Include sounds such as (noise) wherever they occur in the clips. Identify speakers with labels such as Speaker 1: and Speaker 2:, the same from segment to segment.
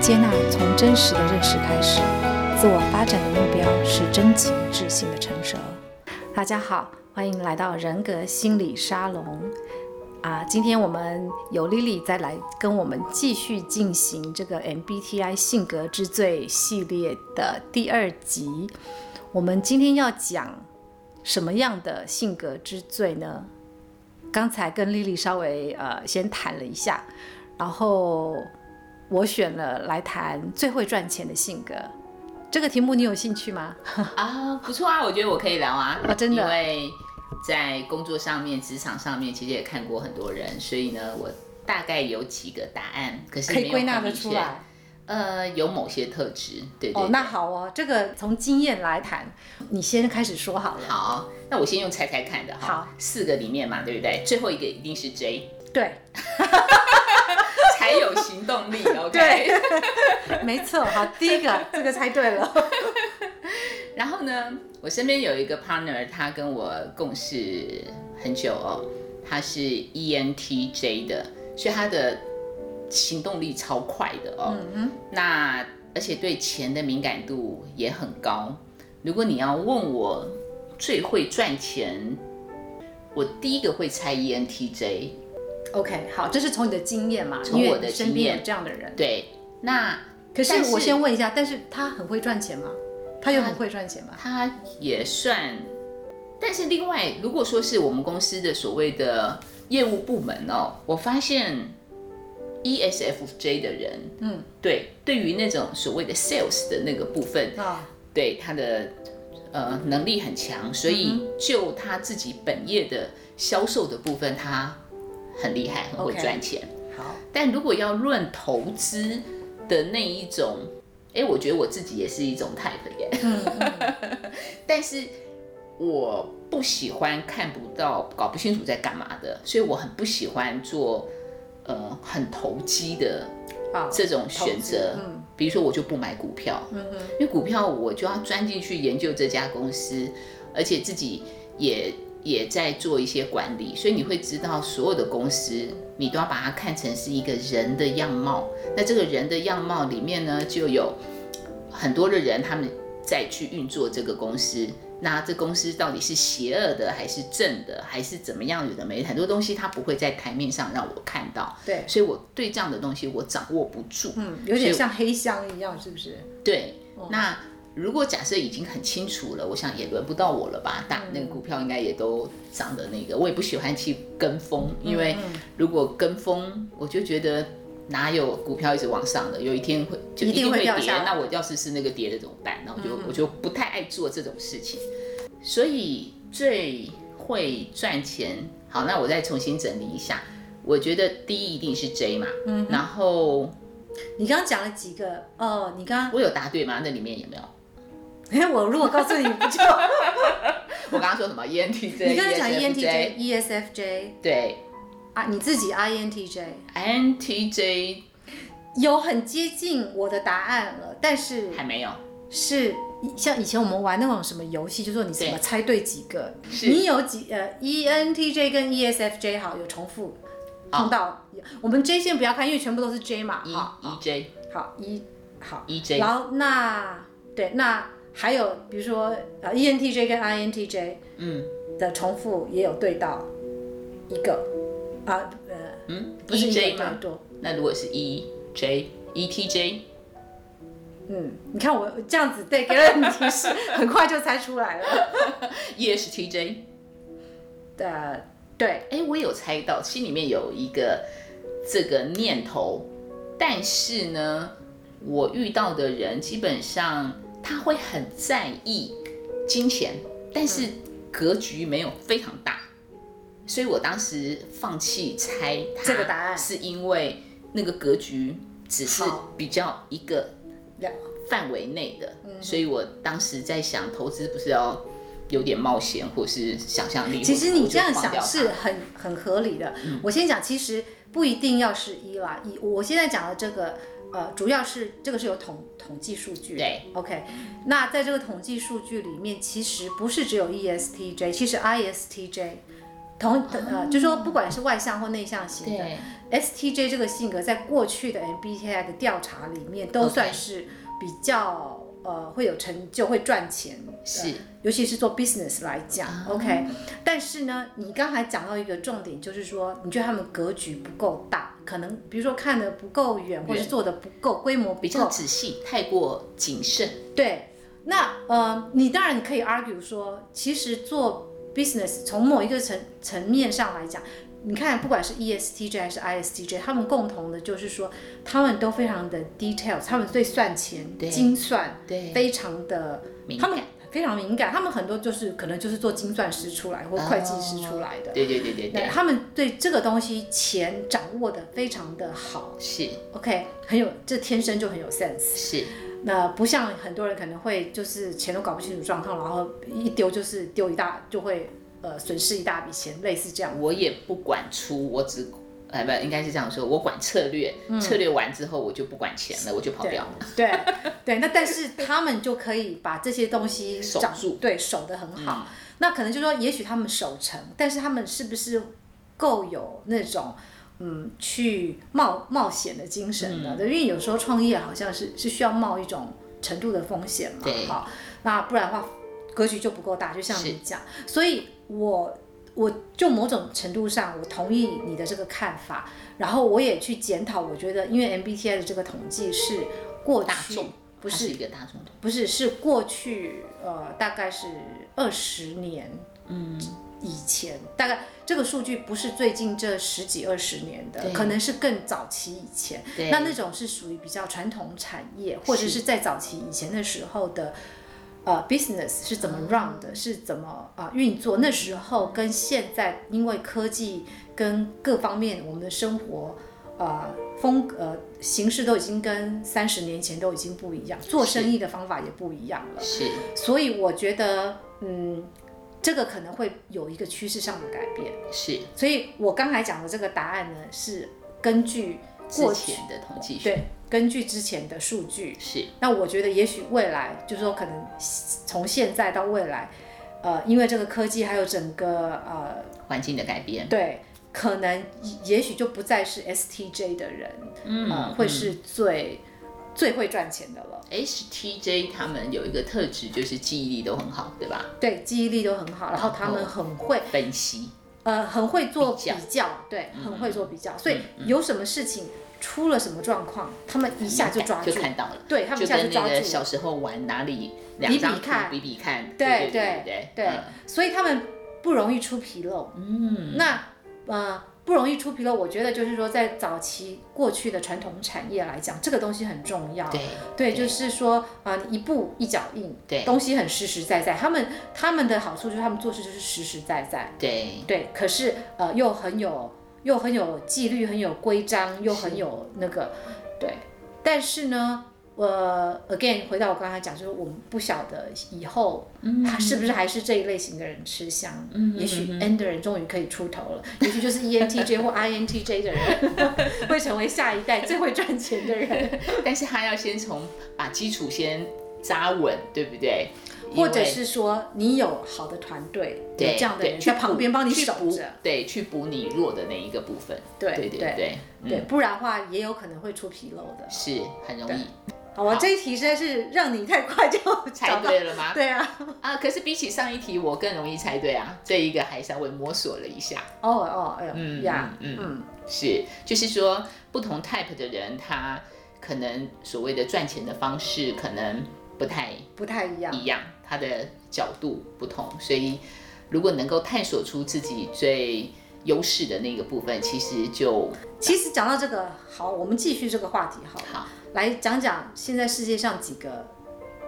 Speaker 1: 接纳从真实的认识开始，自我发展的目标是真情智性的成熟。大家好，欢迎来到人格心理沙龙。啊，今天我们有丽丽再来跟我们继续进行这个 MBTI 性格之最系列的第二集。我们今天要讲什么样的性格之最呢？刚才跟丽丽稍微呃先谈了一下，然后我选了来谈最会赚钱的性格。这个题目你有兴趣吗？
Speaker 2: 啊，不错啊，我觉得我可以聊啊，
Speaker 1: 哦真的
Speaker 2: 因为在工作上面、职场上面，其实也看过很多人，所以呢，我大概有几个答案，可是
Speaker 1: 可
Speaker 2: 没
Speaker 1: 以
Speaker 2: 有
Speaker 1: 归纳
Speaker 2: 很
Speaker 1: 得
Speaker 2: 明
Speaker 1: 出
Speaker 2: 确
Speaker 1: 来。。
Speaker 2: 呃，有某些特质，对对
Speaker 1: 哦，
Speaker 2: 对
Speaker 1: 那好哦，这个从经验来谈，你先开始说好了。
Speaker 2: 好，那我先用猜猜看的哈，
Speaker 1: 好
Speaker 2: 四个里面嘛，对不对？最后一个一定是
Speaker 1: (laughs)
Speaker 2: J，
Speaker 1: 对
Speaker 2: 才有行动力。OK，
Speaker 1: 对，没错。好，第一个这个猜对
Speaker 2: (laughs)
Speaker 1: 了。
Speaker 2: 然后呢，我身边有一个 partner，他跟我共事很久哦，他是 E ENTJ 的，所以他的行动力超快的哦。那而且对钱的敏感度也很高。如果你要问我最会赚钱，我第一个会猜 E ENTJ。
Speaker 1: OK，好，这是从你的经验嘛？
Speaker 2: 从
Speaker 1: 因为
Speaker 2: 我的
Speaker 1: 你身
Speaker 2: 经
Speaker 1: 边有
Speaker 2: 验
Speaker 1: 这样的人。
Speaker 2: 对，那
Speaker 1: 可
Speaker 2: 但
Speaker 1: 是
Speaker 2: 是
Speaker 1: 我先问一下，但是他很会赚钱吗？他有很会赚钱吗？
Speaker 2: 他也算，但是另外，如果说是我们公司的所谓的业务部门哦，我发现 E ESFJ 的人，
Speaker 1: 嗯，
Speaker 2: 对，对于那种所谓的 sales 的那个部分，
Speaker 1: 啊、
Speaker 2: 对他的呃能力很强，所
Speaker 1: 嗯
Speaker 2: 以就他自己本业的销售的部分，他很厉害，很会
Speaker 1: OK
Speaker 2: 赚钱。
Speaker 1: 好，
Speaker 2: 但如果要论投资的那一种，哎、我觉得我自己也是一种 type 耶。
Speaker 1: 嗯
Speaker 2: (laughs) 但是我不喜欢看不到、搞不清楚在干嘛的，所以我很不喜欢做呃很投机的
Speaker 1: 啊
Speaker 2: 这种选择。
Speaker 1: 投资嗯
Speaker 2: 比如说，我就不买股票，因为股票我就要钻进去研究这家公司，而且自己也也在做一些管理，所以你会知道所有的公司，你都要把它看成是一个人的样貌。那这个人的样貌里面呢，就有很多的人他们在去运作这个公司。那这公司到底是邪恶的还是正的，还是怎么样？有的没的，很多东西它不会在台面上让我看到，
Speaker 1: 对，
Speaker 2: 所以我对这样的东西我掌握不住。
Speaker 1: 嗯，有
Speaker 2: 所以
Speaker 1: 点像黑箱一样，是不是？
Speaker 2: 对，那如果假设已经很清楚了，我想也轮不到我了吧？
Speaker 1: 嗯
Speaker 2: 大那个股票应该也都涨的那个，我也不喜欢去跟风，因为
Speaker 1: 嗯
Speaker 2: 如果跟风，我就觉得哪有股票一直往上的，有一天会就
Speaker 1: 一
Speaker 2: 一
Speaker 1: 定
Speaker 2: 定
Speaker 1: 会
Speaker 2: 会跌
Speaker 1: 掉下来。嗯
Speaker 2: 那我要是是那个跌的怎么办？那我就我就不太爱做这种事情。所以最会赚钱，好，那我再重新整理一下。我觉得第一一定是 J 嘛，嗯，然后
Speaker 1: 你刚刚讲了几个？哦，你刚
Speaker 2: 我有答对吗？那里面有没有？
Speaker 1: 刚，哎， (laughs) 我如果告诉你不就？
Speaker 2: 我刚刚说什么？E ENTJ？
Speaker 1: 你刚刚讲 E ENTJ、
Speaker 2: ESFJ
Speaker 1: ESFJ
Speaker 2: 对
Speaker 1: 啊，你自己 INTJ
Speaker 2: ，INTJ
Speaker 1: 有很接近我的答案了，但是
Speaker 2: 还没有。
Speaker 1: 是像以前我们玩那种什么游戏，就说你什么
Speaker 2: 对
Speaker 1: 猜对几个，
Speaker 2: 是
Speaker 1: 你有几呃 ENTJ 跟 E ESFJ 好有重复，碰到我们 J 先不要看，因为全部都是 J 嘛，
Speaker 2: E
Speaker 1: 好
Speaker 2: EJ
Speaker 1: 好一好，
Speaker 2: EJ
Speaker 1: 然后那对那还有比如说呃 ENTJ 跟 INTJ
Speaker 2: 嗯
Speaker 1: 的重复也有对到一个啊呃
Speaker 2: 嗯
Speaker 1: 不是一个 E 对
Speaker 2: EJ 嘛？
Speaker 1: 多，
Speaker 2: 那如果是 E EJ ETJ
Speaker 1: 嗯，你看我这样子对给了你提示， (laughs) 很快就猜出来了，
Speaker 2: ESTJ，
Speaker 1: 呃对。
Speaker 2: 哎，我有猜到，心里面有一个这个念头，但是呢，我遇到的人基本上他会很在意金钱，但是格局没有非常大，所以我当时放弃猜它
Speaker 1: 这个答案
Speaker 2: 是因为那个格局只是
Speaker 1: 好
Speaker 2: 比较一个
Speaker 1: 了
Speaker 2: 范围内的，
Speaker 1: 嗯
Speaker 2: 所以我当时在想，投资不是要有点冒险或是想象力，
Speaker 1: 其实你这样
Speaker 2: 我就放
Speaker 1: 想
Speaker 2: 掉它嗯
Speaker 1: 是很很合理的。我先讲，其实不一定要是一啦，一我现在讲的这个，呃，主要是这个是有统统计数据的。
Speaker 2: 对
Speaker 1: ，OK。那在 E 这个统计数据里面，其实不是只有 ESTJ，其实 ISTJ 同呃，就说不管是外向或内向型的
Speaker 2: 哦对，
Speaker 1: ，STJ 这个性格在过去的 MBTI 的调查里面都
Speaker 2: OK
Speaker 1: 算是比较呃会有成就、会赚钱的
Speaker 2: 是
Speaker 1: 尤其是做 business 来讲、
Speaker 2: 啊
Speaker 1: o k 但是呢，你刚才讲到一个重点，就是说你觉得他们格局不够大，可能比如说看的不够远，或者是做的不够规模不
Speaker 2: 比较
Speaker 1: 够。
Speaker 2: 仔细，太过谨慎。
Speaker 1: 对，那呃，你当然你可以 argue 说，其实做 business 从某一个层层面上来讲，你看不管是 E ESTJ 还是 ISTJ，他们共同的就是说，他们都非常的 detail，他们对算钱、
Speaker 2: 对
Speaker 1: 精算
Speaker 2: 对，
Speaker 1: 非常的
Speaker 2: 敏
Speaker 1: 他
Speaker 2: 感
Speaker 1: 们非常敏感，他们很多就是可能就是做精算师出来或会计师出来的，
Speaker 2: 对对对对
Speaker 1: 那
Speaker 2: 对，
Speaker 1: 他们对这个东西钱掌握的非常的好
Speaker 2: 是
Speaker 1: ，OK，很有这天生就很有 sense。
Speaker 2: 是，
Speaker 1: 那不像很多人可能会就是钱都搞不清楚状况，然后一丢就是丢一大就会呃损失一大笔钱，类似这样。
Speaker 2: 我也不管出，我只哎不应该是这样说，我管策略，策略完之后我就不管钱了，我就跑掉了。
Speaker 1: 嗯对对，那但是他们就可以把这些东西
Speaker 2: 守
Speaker 1: 掌
Speaker 2: 住，嗯
Speaker 1: 对，守得很好。那可能就说，也许他们守成，但是他们是不是够有那种嗯去冒冒险的精神
Speaker 2: 嗯
Speaker 1: 呢？对，因为有时候创业好像是是需要冒一种程度的风险嘛
Speaker 2: 对，
Speaker 1: 好，那不然的话格局就不够大，就像
Speaker 2: 是
Speaker 1: 你讲，所以我。我就某种程度上，我同意你的这个看法，然后我也去检讨。我觉得，因为 MBTI 的这个统计是过去
Speaker 2: 大众
Speaker 1: 不
Speaker 2: 它
Speaker 1: 是
Speaker 2: 一个大众的，
Speaker 1: 不是，是过去呃，大概是二十年，嗯，以前大概这个数据不是最近这十几二十年的，
Speaker 2: 对
Speaker 1: 可能是更早期以前。
Speaker 2: 对
Speaker 1: 那那种是属于比较传统产业，或者
Speaker 2: 是
Speaker 1: 是在早期以前的时候的，呃，business 是怎么
Speaker 2: 哦
Speaker 1: run 的，是怎么啊、运作？那时候跟现在，因为科技跟各方面我们的生活，呃，风格呃形式都已经跟三十年前都已经不一样，做生意的方法也不一样了。
Speaker 2: 是
Speaker 1: 所以我觉得，嗯，这个可能会有一个趋势上的改变。
Speaker 2: 是
Speaker 1: 所以我刚才讲的这个答案呢，是根据
Speaker 2: 之
Speaker 1: 过去
Speaker 2: 前的统计学
Speaker 1: 对，根据之前的数据，
Speaker 2: 是
Speaker 1: 那我觉得也许未来，就是说可能从现在到未来，呃，因为这个科技还有整个呃，
Speaker 2: 环境的改变，
Speaker 1: 对，可能也许就不再是 STJ 的人，
Speaker 2: 嗯
Speaker 1: 呃，会是最、最会赚钱的了。
Speaker 2: HTJ 他们有一个特质就是记忆力都很好，对吧？
Speaker 1: 对，记忆力都很好，然后他们很会，
Speaker 2: 分析
Speaker 1: 呃，很会做
Speaker 2: 比
Speaker 1: 比
Speaker 2: 较嗯
Speaker 1: 较，对，很会做比较，所以有什么事情出了什么状况，他们一下就抓住
Speaker 2: 就，看到了，
Speaker 1: 对他们一
Speaker 2: 就
Speaker 1: 下就
Speaker 2: 跟
Speaker 1: 抓
Speaker 2: 那
Speaker 1: 住
Speaker 2: 个
Speaker 1: 了。
Speaker 2: 小时候玩哪里两张
Speaker 1: 比比
Speaker 2: 图
Speaker 1: 看
Speaker 2: 比比看，
Speaker 1: 对
Speaker 2: 对嗯对
Speaker 1: 对
Speaker 2: 对
Speaker 1: 对，所以他们不容易出纰漏。嗯，那呃不容易出纰漏，我觉得就是说，在早期过去的传统产业来讲，这个东西很重要。
Speaker 2: 对
Speaker 1: 对，就是说，啊，你一步一脚印，
Speaker 2: 对
Speaker 1: 东西很实实在在。他们他们的好处就是他们做事就是实实在
Speaker 2: 哎
Speaker 1: 在，
Speaker 2: 对
Speaker 1: 对。可是呃，又很有又很有纪律，很有规章，又很有那个，对。但是呢，呃，again 回到我刚才讲，就是我们不晓得以后
Speaker 2: 嗯
Speaker 1: 他是不是还是这一类型的人吃香？也许 N 的人终于可以出头了，也许就是 E ENTJ 或 INTJ 的人会成为下一代最会赚钱的人，
Speaker 2: (laughs) 但是他要先从把基础先扎稳，对不对？
Speaker 1: 或者
Speaker 2: 因为
Speaker 1: 是说你有好的团队，有
Speaker 2: 对
Speaker 1: 这样的
Speaker 2: 对
Speaker 1: 人
Speaker 2: 去
Speaker 1: 在旁
Speaker 2: 补
Speaker 1: 边帮你
Speaker 2: 去
Speaker 1: 守
Speaker 2: 补
Speaker 1: 着，
Speaker 2: 对，去补你弱的那一个部分。
Speaker 1: 对
Speaker 2: 对对
Speaker 1: 对
Speaker 2: 对，嗯
Speaker 1: 对，不然的话也有可能会出纰漏的。
Speaker 2: 是很容易
Speaker 1: 好，我这一题实在是让你太快就
Speaker 2: 猜 (laughs)
Speaker 1: 找到，
Speaker 2: 对了吗？
Speaker 1: (laughs) 对啊，
Speaker 2: 啊，可是比起上一题，我更容易猜对啊，这一个还稍微摸索了一下。
Speaker 1: 哦哦，哎呦
Speaker 2: 嗯
Speaker 1: 呀，
Speaker 2: 嗯嗯
Speaker 1: 嗯，
Speaker 2: 是，就是说不同 type 的人，他可能所谓的赚钱的方式可能不太
Speaker 1: 不太一样，
Speaker 2: 一样，他的角度不同，所以如果能够探索出自己最优势的那个部分，其实就
Speaker 1: 其实讲到这个，好，我们继续这个话题好了，
Speaker 2: 好
Speaker 1: 来讲讲现在世界上几个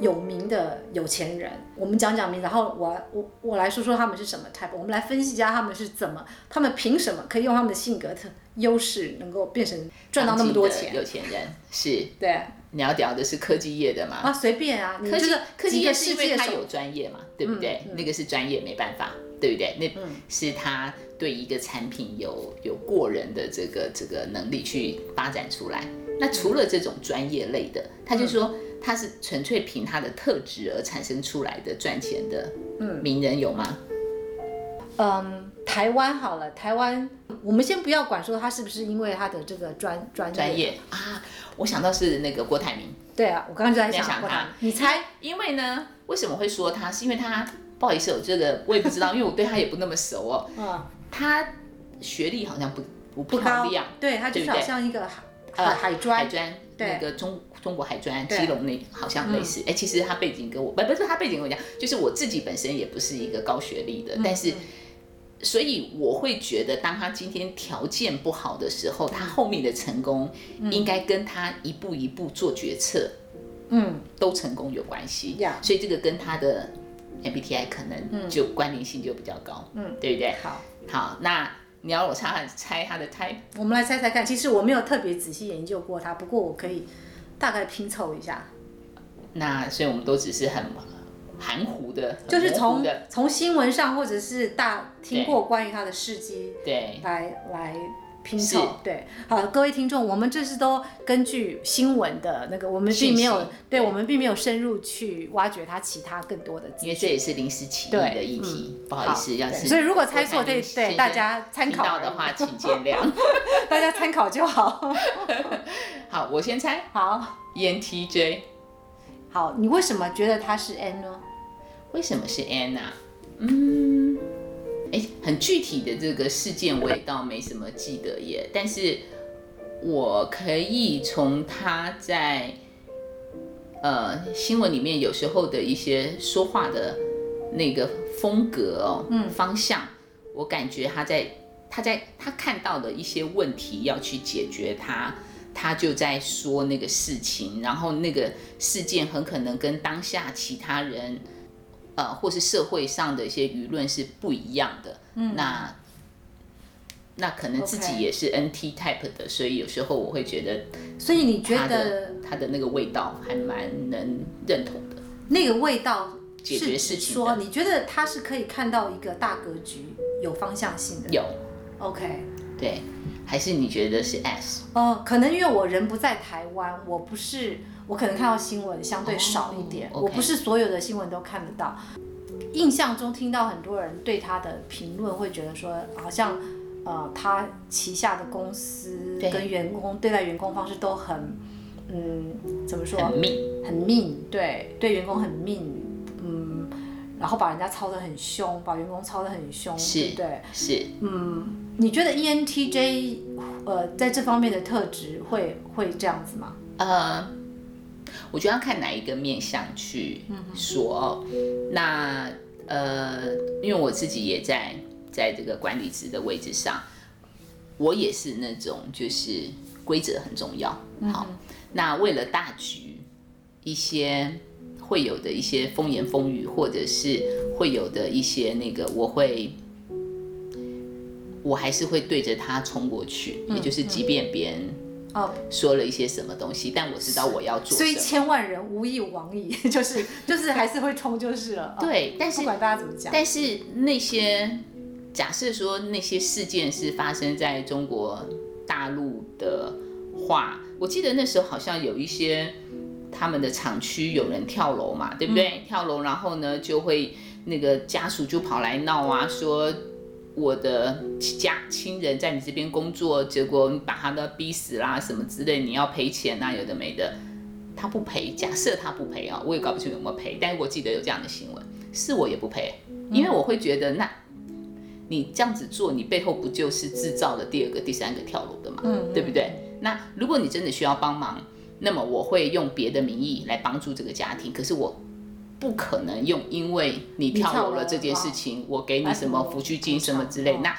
Speaker 1: 有名的有钱人，我们讲讲名字，然后我我我来说说他们是什么 type，我们来分析一下他们是怎么，他们凭什么可以用他们的性格特优势，能够变成赚到那么多
Speaker 2: 当今的
Speaker 1: 钱？
Speaker 2: 有钱人是
Speaker 1: 对
Speaker 2: 你要聊的是科技业的嘛？
Speaker 1: 啊，随便啊，你
Speaker 2: 科
Speaker 1: 这
Speaker 2: 技
Speaker 1: 个
Speaker 2: 科技
Speaker 1: 几
Speaker 2: 业
Speaker 1: 个
Speaker 2: 是
Speaker 1: 世
Speaker 2: 因为
Speaker 1: 界嗯
Speaker 2: 他
Speaker 1: 首
Speaker 2: 有专业嘛，对不对？那个是专业，没办法，对不对？
Speaker 1: 嗯
Speaker 2: 那是他对一个产品有有过人的这个这个能力去发展出来。
Speaker 1: 嗯
Speaker 2: 那除了这种专业类的，他就说他是纯粹凭他的特质而产生出来的赚钱的名人有吗？
Speaker 1: 嗯，台湾好了，台湾我们先不要管说他是不是因为他的这个专专业
Speaker 2: 专业啊，我想到是那个郭台铭，
Speaker 1: 对啊，我刚刚就在
Speaker 2: 在
Speaker 1: 想
Speaker 2: 想
Speaker 1: 过
Speaker 2: 他
Speaker 1: 你猜？
Speaker 2: 因为呢，为什么会说他？是因为他不好意思，我这个我也不知道，因为我对他也不那么熟哦。
Speaker 1: 嗯，
Speaker 2: 他学历好像不不
Speaker 1: 不
Speaker 2: 漂
Speaker 1: 高
Speaker 2: 亮，，
Speaker 1: 哦对，他就是
Speaker 2: 对不对
Speaker 1: 好像一个海
Speaker 2: 呃
Speaker 1: 海海
Speaker 2: 海
Speaker 1: 专，
Speaker 2: 专
Speaker 1: 对
Speaker 2: 那个中中国海专
Speaker 1: 对嗯
Speaker 2: 基隆那好像类似。哎、其实他背景跟我不不是他背景跟我讲，就是我自己本身也不是一个高学历
Speaker 1: 嗯
Speaker 2: 的，但是。所以我会觉得，当他今天条件不好的时
Speaker 1: 嗯
Speaker 2: 候，他后面的成功应该跟他一步一步做决策
Speaker 1: 嗯，
Speaker 2: 都成功有关系。
Speaker 1: Yeah 嗯
Speaker 2: 所以这个跟他的 MBTI 可能就关联性就比较高，嗯，对不对？
Speaker 1: 好，
Speaker 2: 好，那你要我猜猜他的 type，
Speaker 1: 我们来猜猜看。其实我没有特别仔细研究过它，不过我可以大概拼凑一下，
Speaker 2: 那所以我们都只是很含糊的，很
Speaker 1: 就是
Speaker 2: 模糊
Speaker 1: 从
Speaker 2: 的
Speaker 1: 从新闻上或者是大听过关于它的事迹
Speaker 2: 对
Speaker 1: 来来。拼
Speaker 2: 是
Speaker 1: 凑对，好，各位听众，我们这是都根据新闻的那个，我们并没有
Speaker 2: 讯息，
Speaker 1: 对
Speaker 2: 对
Speaker 1: 我们并没有深入去挖掘它其他更多的资
Speaker 2: 因为
Speaker 1: 讯。
Speaker 2: 这也是临时起意的议题，不好意思，要
Speaker 1: 嗯对
Speaker 2: 是
Speaker 1: 所以如果猜错
Speaker 2: 郭台
Speaker 1: 对对
Speaker 2: 铭先生
Speaker 1: 大家参考
Speaker 2: 听到的话，请见谅。
Speaker 1: (laughs) 大家参考就好。
Speaker 2: 好，我先猜，E
Speaker 1: 好，
Speaker 2: ENTJ，
Speaker 1: 好，你为什么觉得他是 N 呢？
Speaker 2: 为什么是 N 啊？嗯，哎，很具体的这个事件我也倒没什么记得耶，但是我可以从他在呃新闻里面有时候的一些说话的那个风格哦，嗯，方向，我感觉他在他在他看到的一些问题要去解决它。他就在说那个事情，然后那个事件很可能跟当下其他人呃，或是社会上的一些舆论是不一样的。嗯，那那可能自
Speaker 1: OK
Speaker 2: 己也是 NT type 的，所以有时候我会觉得
Speaker 1: 所以你觉
Speaker 2: 他的
Speaker 1: 得
Speaker 2: 他的那个味道还蛮能认同的。
Speaker 1: 那个味道
Speaker 2: 解
Speaker 1: 是
Speaker 2: 决
Speaker 1: 指
Speaker 2: 事情
Speaker 1: 说
Speaker 2: 的
Speaker 1: 你觉得他是可以看到一个大格局、有方向性的？
Speaker 2: 有
Speaker 1: OK，
Speaker 2: 对，还是你觉得是 S？
Speaker 1: 呃，可能因为我人不在台湾，我不是我可能看到新闻相对少一点，
Speaker 2: 哦，OK
Speaker 1: 我不是所有的新闻都看得到。印象中听到很多人对他的评论，会觉得说好像呃他旗下的公司
Speaker 2: 对
Speaker 1: 跟员工对待员工方式都很嗯怎么说
Speaker 2: 很命。
Speaker 1: 很命，对对员工很命，嗯，然后把人家操得很凶，把员工操得很凶，
Speaker 2: 是
Speaker 1: 对不对？
Speaker 2: 是
Speaker 1: 你觉得 E ENTJ 呃在这方面的特质会会这样子吗？
Speaker 2: 呃，我觉得要看哪一个面向去说哦。那呃，因为我自己也在在这个管理职的位置上，我也是那种就是规则很重要。
Speaker 1: 嗯
Speaker 2: 好，那为了大局，一些会有的一些风言风语，或者是会有的一些那个，我会。我还是会对着他冲过去，也就是即便别人
Speaker 1: 嗯哦，
Speaker 2: 说了一些什么东西，但我知道我要做
Speaker 1: 所以
Speaker 2: 什么。
Speaker 1: 千万人无一往矣， (laughs) 就是就是还是会冲就是了。哦
Speaker 2: 对，但是
Speaker 1: 不管大家怎么讲，
Speaker 2: 但是那些假设说那些事件是发生在中国大陆的话，我记得那时候好像有一些他们的厂区有人跳楼嘛，对不对？
Speaker 1: 嗯
Speaker 2: 跳楼，然后呢就会那个家属就跑来闹啊，说。我的家亲人在你这边工作，结果你把他都逼死啦，什么之类，你要赔钱啊，有的没的。他不赔，假设他不赔啊，我也搞不清楚有没有赔，但是我记得有这样的新闻，是我也不赔，因为我会觉得那。你这样子做，你背后不就是制造了第二个、第三个跳楼的嘛？
Speaker 1: 嗯
Speaker 2: 对不对？那如果你真的需要帮忙，那么我会用别的名义来帮助这个家庭，可是我不可能用因为你跳
Speaker 1: 跳
Speaker 2: 楼
Speaker 1: 楼
Speaker 2: 了这件
Speaker 1: 了
Speaker 2: 事情，我给你什么抚恤金什么之类，
Speaker 1: 嗯
Speaker 2: 那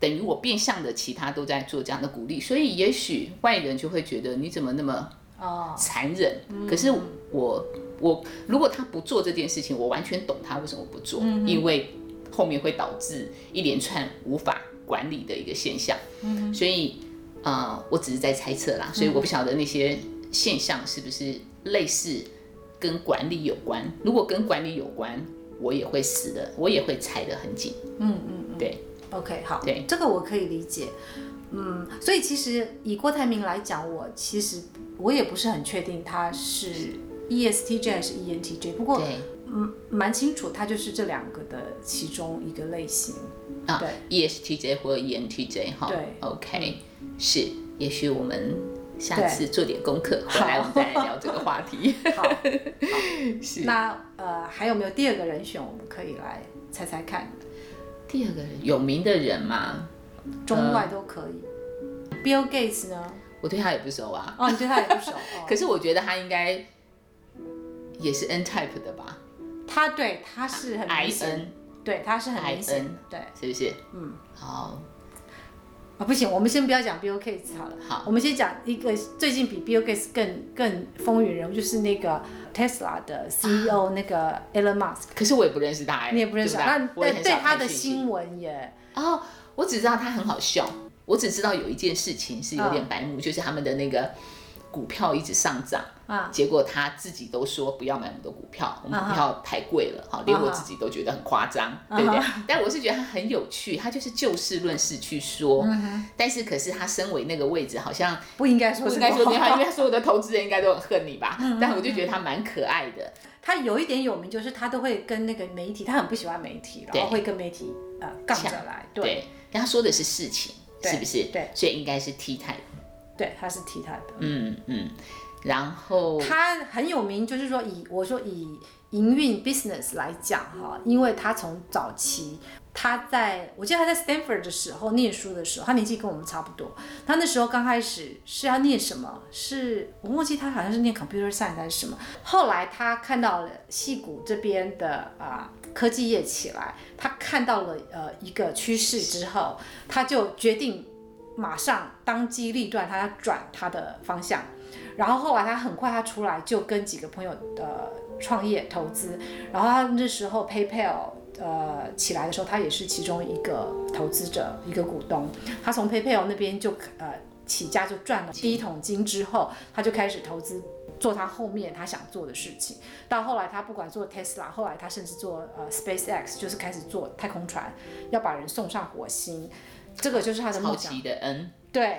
Speaker 2: 等于我变相的其他都在做这样的鼓励，所以也许外人就会觉得你怎么那么
Speaker 1: 哦，
Speaker 2: 残忍。可是我我如果他不做这件事情，我完全懂他为什么不做，因为后面会导致一连串无法管理的一个现象。所以呃，我只是在猜测啦，所以我不晓得那些现象是不是类似跟管理有关。如果跟管理有关，我也会死的，我也会踩得很紧。
Speaker 1: 嗯嗯嗯，
Speaker 2: 对。
Speaker 1: OK，好，
Speaker 2: 对
Speaker 1: 这个我可以理解。嗯，所以其实以郭台铭来讲，我其实我也不是很确定他是 E ESTJ 还是 ENTJ，不过嗯
Speaker 2: 对，
Speaker 1: 蛮清楚，他就是这两个的其中一个类型。
Speaker 2: 啊
Speaker 1: 对
Speaker 2: ，ESTJ 或 E ENTJ 哈，
Speaker 1: 对
Speaker 2: ，OK，是，也许我们下次做点功课，回
Speaker 1: 好
Speaker 2: 来我们再来聊这个话题。 (laughs)
Speaker 1: 好，好那呃，还有没有第二个人选，我们可以来猜猜看，
Speaker 2: 第二个人有名的人嘛，
Speaker 1: 中外都可以。Bill Gates 呢？
Speaker 2: 我对他也不熟啊，
Speaker 1: 哦，你对他也不熟。 (laughs) 哦、
Speaker 2: (laughs) 可是我觉得他应该也是 N type 的吧
Speaker 1: 他对他是很
Speaker 2: ，I
Speaker 1: 明显
Speaker 2: N
Speaker 1: 对他是很明显的
Speaker 2: IN
Speaker 1: 对啊、
Speaker 2: 是不是？嗯，好，
Speaker 1: 不行，我们先不要讲 Bill Gates 好了。
Speaker 2: 好
Speaker 1: 我们先讲一个最近比 Bill Gates 更更风云人物，就是那个 Tesla 的 CEO、那个 Elon Musk，
Speaker 2: 可是我也不认识啊他哎，
Speaker 1: 你也不认识
Speaker 2: 对
Speaker 1: 啊，
Speaker 2: 吧
Speaker 1: 那
Speaker 2: 我也
Speaker 1: 对
Speaker 2: 很少
Speaker 1: 对他
Speaker 2: 看
Speaker 1: 的
Speaker 2: 讯息
Speaker 1: 新闻也
Speaker 2: 哦，我只知道他很好笑，我只知道有一件事情是有
Speaker 1: 嗯
Speaker 2: 点白目，就是他们的那个股票一直上涨。
Speaker 1: 啊，
Speaker 2: 结果他自己都说不要买我们的股
Speaker 1: 嗯
Speaker 2: 票，我们股票太贵了，好，连我自己都觉得很夸张，
Speaker 1: 嗯
Speaker 2: 对不对？但我是觉得他很有趣，他就是就事论事去说，
Speaker 1: 嗯
Speaker 2: 但是可是他身为那个位置，好像
Speaker 1: 不应该说
Speaker 2: 不
Speaker 1: 是嗯
Speaker 2: 应该说
Speaker 1: 不
Speaker 2: 对
Speaker 1: 好
Speaker 2: 他，因为所有的投资人应该都很恨你吧？但我就觉得他蛮可爱的，
Speaker 1: (laughs) 他有一点有名，就是他都会跟那个媒体，他很不喜欢媒体，然后
Speaker 2: 对
Speaker 1: 会跟媒体呃杠着
Speaker 2: 呛
Speaker 1: 来，对
Speaker 2: 对，但他说的是事情，
Speaker 1: 对
Speaker 2: 是不是？
Speaker 1: 对，
Speaker 2: 所以应该是 T type，
Speaker 1: 对，他是 T 他的。
Speaker 2: 嗯嗯，然后
Speaker 1: 他很有名，就是说以我说以营运 business 来讲哈，因为他从早期他在我记得他在 Stanford 的时候念书的时候，他年纪跟我们差不多。他那时候刚开始是要念什么？是我忘记他好像是念 computer science 还是什么。后来他看到了戏谷这边的啊、科技业起来，他看到了呃一个趋势之后，他就决定马上当机立断，他要转他的方向。然后后来他很快他出来就跟几个朋友呃创业投资，然后他那时候 PayPal 呃起来的时候，他也是其中一个投资者一个股东，他从 PayPal 那边就呃起家就赚了第一桶金之后，他就开始投资。做他后面他想做的事情，到后来他不管做 Tesla，后来他甚至做呃 SpaceX，就是开始做太空船，要把人送上火星，这个就是他的
Speaker 2: 好
Speaker 1: 梦想。
Speaker 2: 奇的嗯 N，
Speaker 1: (laughs) 对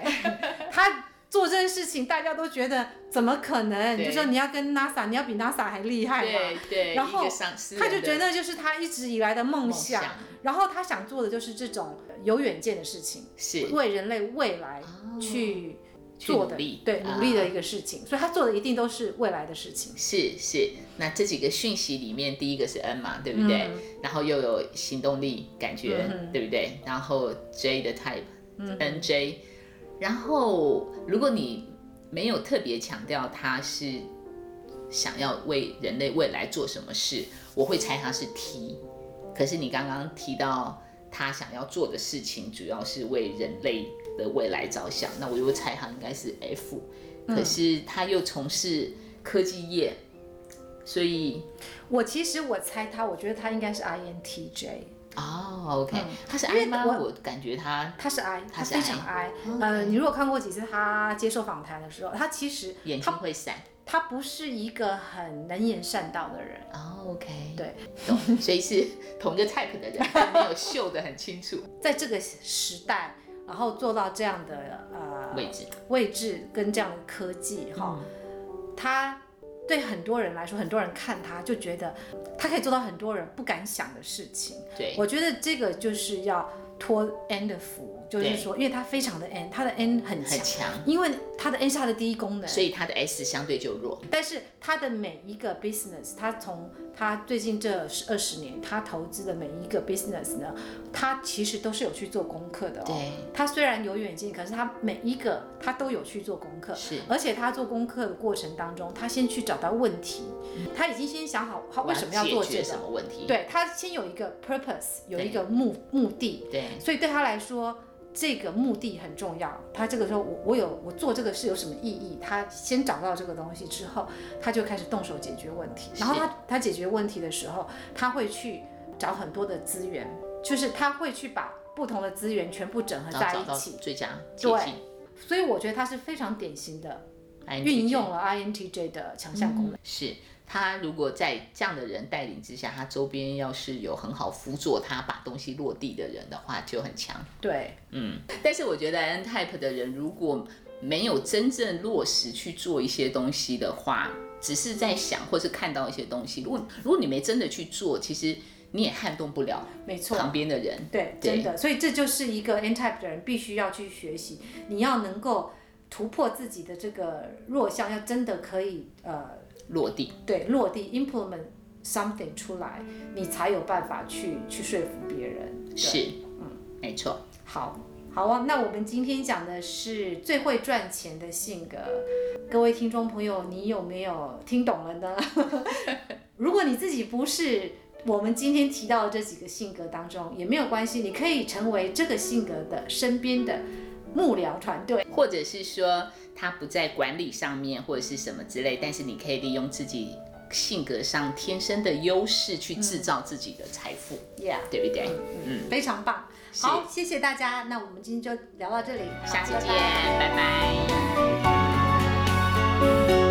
Speaker 1: 他做这件事情，大家都觉得怎么可能？
Speaker 2: 对
Speaker 1: 就说你要跟 NASA，你要比 NASA 还厉害嘛？
Speaker 2: 对对，
Speaker 1: 然后
Speaker 2: 一个上私人
Speaker 1: 他就
Speaker 2: 的
Speaker 1: 觉得就是他一直以来的梦
Speaker 2: 梦
Speaker 1: 想，然后他想做的就是这种有远见的事情，
Speaker 2: 是哦
Speaker 1: 为人类未来去做的，
Speaker 2: 去努力
Speaker 1: 对
Speaker 2: 啊
Speaker 1: 努力的一个事情。所以他做的一定都是未来的事情。
Speaker 2: 是是，那这几个讯息里面，第一个是 N 嘛，对不对？然后又有行动力感觉，对不对？然后 J 的 type，NJ，、然后如果你没有特别强调他是想要为人类未来做什么事，我会猜他是 T。可是你刚刚提到他想要做的事情，主要是为人类的未来着想，那我就会猜他应该是 F。可是他又从事科技业，所以
Speaker 1: 我其实我猜他，我觉得他应该是 INTJ，
Speaker 2: 哦，OK，、他是
Speaker 1: 嗯因为
Speaker 2: I 吗？
Speaker 1: 我
Speaker 2: 我感觉他
Speaker 1: 他是 I，
Speaker 2: 他是
Speaker 1: 非常 I。呃，你如果看过几次他接受访谈的时候，他其实
Speaker 2: 眼睛会闪。
Speaker 1: 他不是一个很能言善道的人，
Speaker 2: 哦，OK，
Speaker 1: 对，
Speaker 2: 懂，所以是同一个 type 的人，但没有秀得很
Speaker 1: (laughs)
Speaker 2: 清楚
Speaker 1: 在这个时代，然后做到这样的呃
Speaker 2: 位嗯置。
Speaker 1: 位置跟这样的科技哈，他对很多人来说，很多人看他就觉得他可以做到很多人不敢想的事情。
Speaker 2: 对，
Speaker 1: 我觉得这个就是要托 N 的福，就是
Speaker 2: 对
Speaker 1: 说，因为他非常的 N，他的 N 很
Speaker 2: 很
Speaker 1: 强，
Speaker 2: 强，
Speaker 1: 因为他的 N 是他的第一功能，
Speaker 2: 所以他的 S 相对就弱。
Speaker 1: 但是他的每一个 business，他从他最近这十二十年，他投资的每一个 business 呢，他其实都是有去做功课的哦。
Speaker 2: 对，
Speaker 1: 他虽然有远见，可是他每一个他都有去做功课，
Speaker 2: 是
Speaker 1: 而且他做功课的过程当中，他先去找到问题，他已经先想好他为什么要
Speaker 2: 我
Speaker 1: 做这
Speaker 2: 解嗯决
Speaker 1: 个
Speaker 2: 什，么问题？
Speaker 1: 对他先有一个 purpose，有
Speaker 2: 对
Speaker 1: 一个目目的，
Speaker 2: 对
Speaker 1: 所以对他来说，这个目的很重要。他这个时候，我我有我做这个事有什么意义？他先找到这个东西之后，他就开始动手解决问题。
Speaker 2: 是
Speaker 1: 然后他他解决问题的时候，他会去找很多的资源，就是他会去把不同的资源全部整合
Speaker 2: 然后
Speaker 1: 在
Speaker 2: 找
Speaker 1: 一
Speaker 2: 到
Speaker 1: 起。
Speaker 2: 最佳捷
Speaker 1: 对
Speaker 2: 径，
Speaker 1: 所以我觉得他是非常典型的
Speaker 2: INTJ
Speaker 1: 运用了 INTJ 的强项功能。
Speaker 2: 是他如果在这样的人带领之下，他周边要是有很好辅佐他把东西落地的人的话，就很强。
Speaker 1: 对，
Speaker 2: 嗯，但是我觉得 N type 的人如果没有真正落实去做一些东西的话，只是在想或是看到一些东西，如果如果你没真的去做，其实你也撼动不了
Speaker 1: 没错，
Speaker 2: 旁边的人。
Speaker 1: 对，
Speaker 2: 对
Speaker 1: 真的，所以这就是一个 N type 的人必须要去学习，你要能够突破自己的这个弱项，要真的可以呃，
Speaker 2: 落地，
Speaker 1: 对，落地 implement something 出来，你才有办法去去说服别人。对
Speaker 2: 是，嗯，没错，
Speaker 1: 好，好啊。那我们今天讲的是最会赚钱的性格，各位听众朋友，你有没有听懂了呢？ (laughs) 如果你自己不是我们今天提到的这几个性格当中，也没有关系，你可以成为这个性格的身边的幕僚团队。
Speaker 2: 或者是说他不在管理上面或者是什么之类，但是你可以利用自己性格上天生的优势去制造自己的财富，
Speaker 1: Yeah，
Speaker 2: 对不对？
Speaker 1: 嗯，非常棒。好，谢谢大家。那我们今天就聊到这里，
Speaker 2: 下次
Speaker 1: 好
Speaker 2: 见，
Speaker 1: 拜拜
Speaker 2: 拜拜
Speaker 1: 拜拜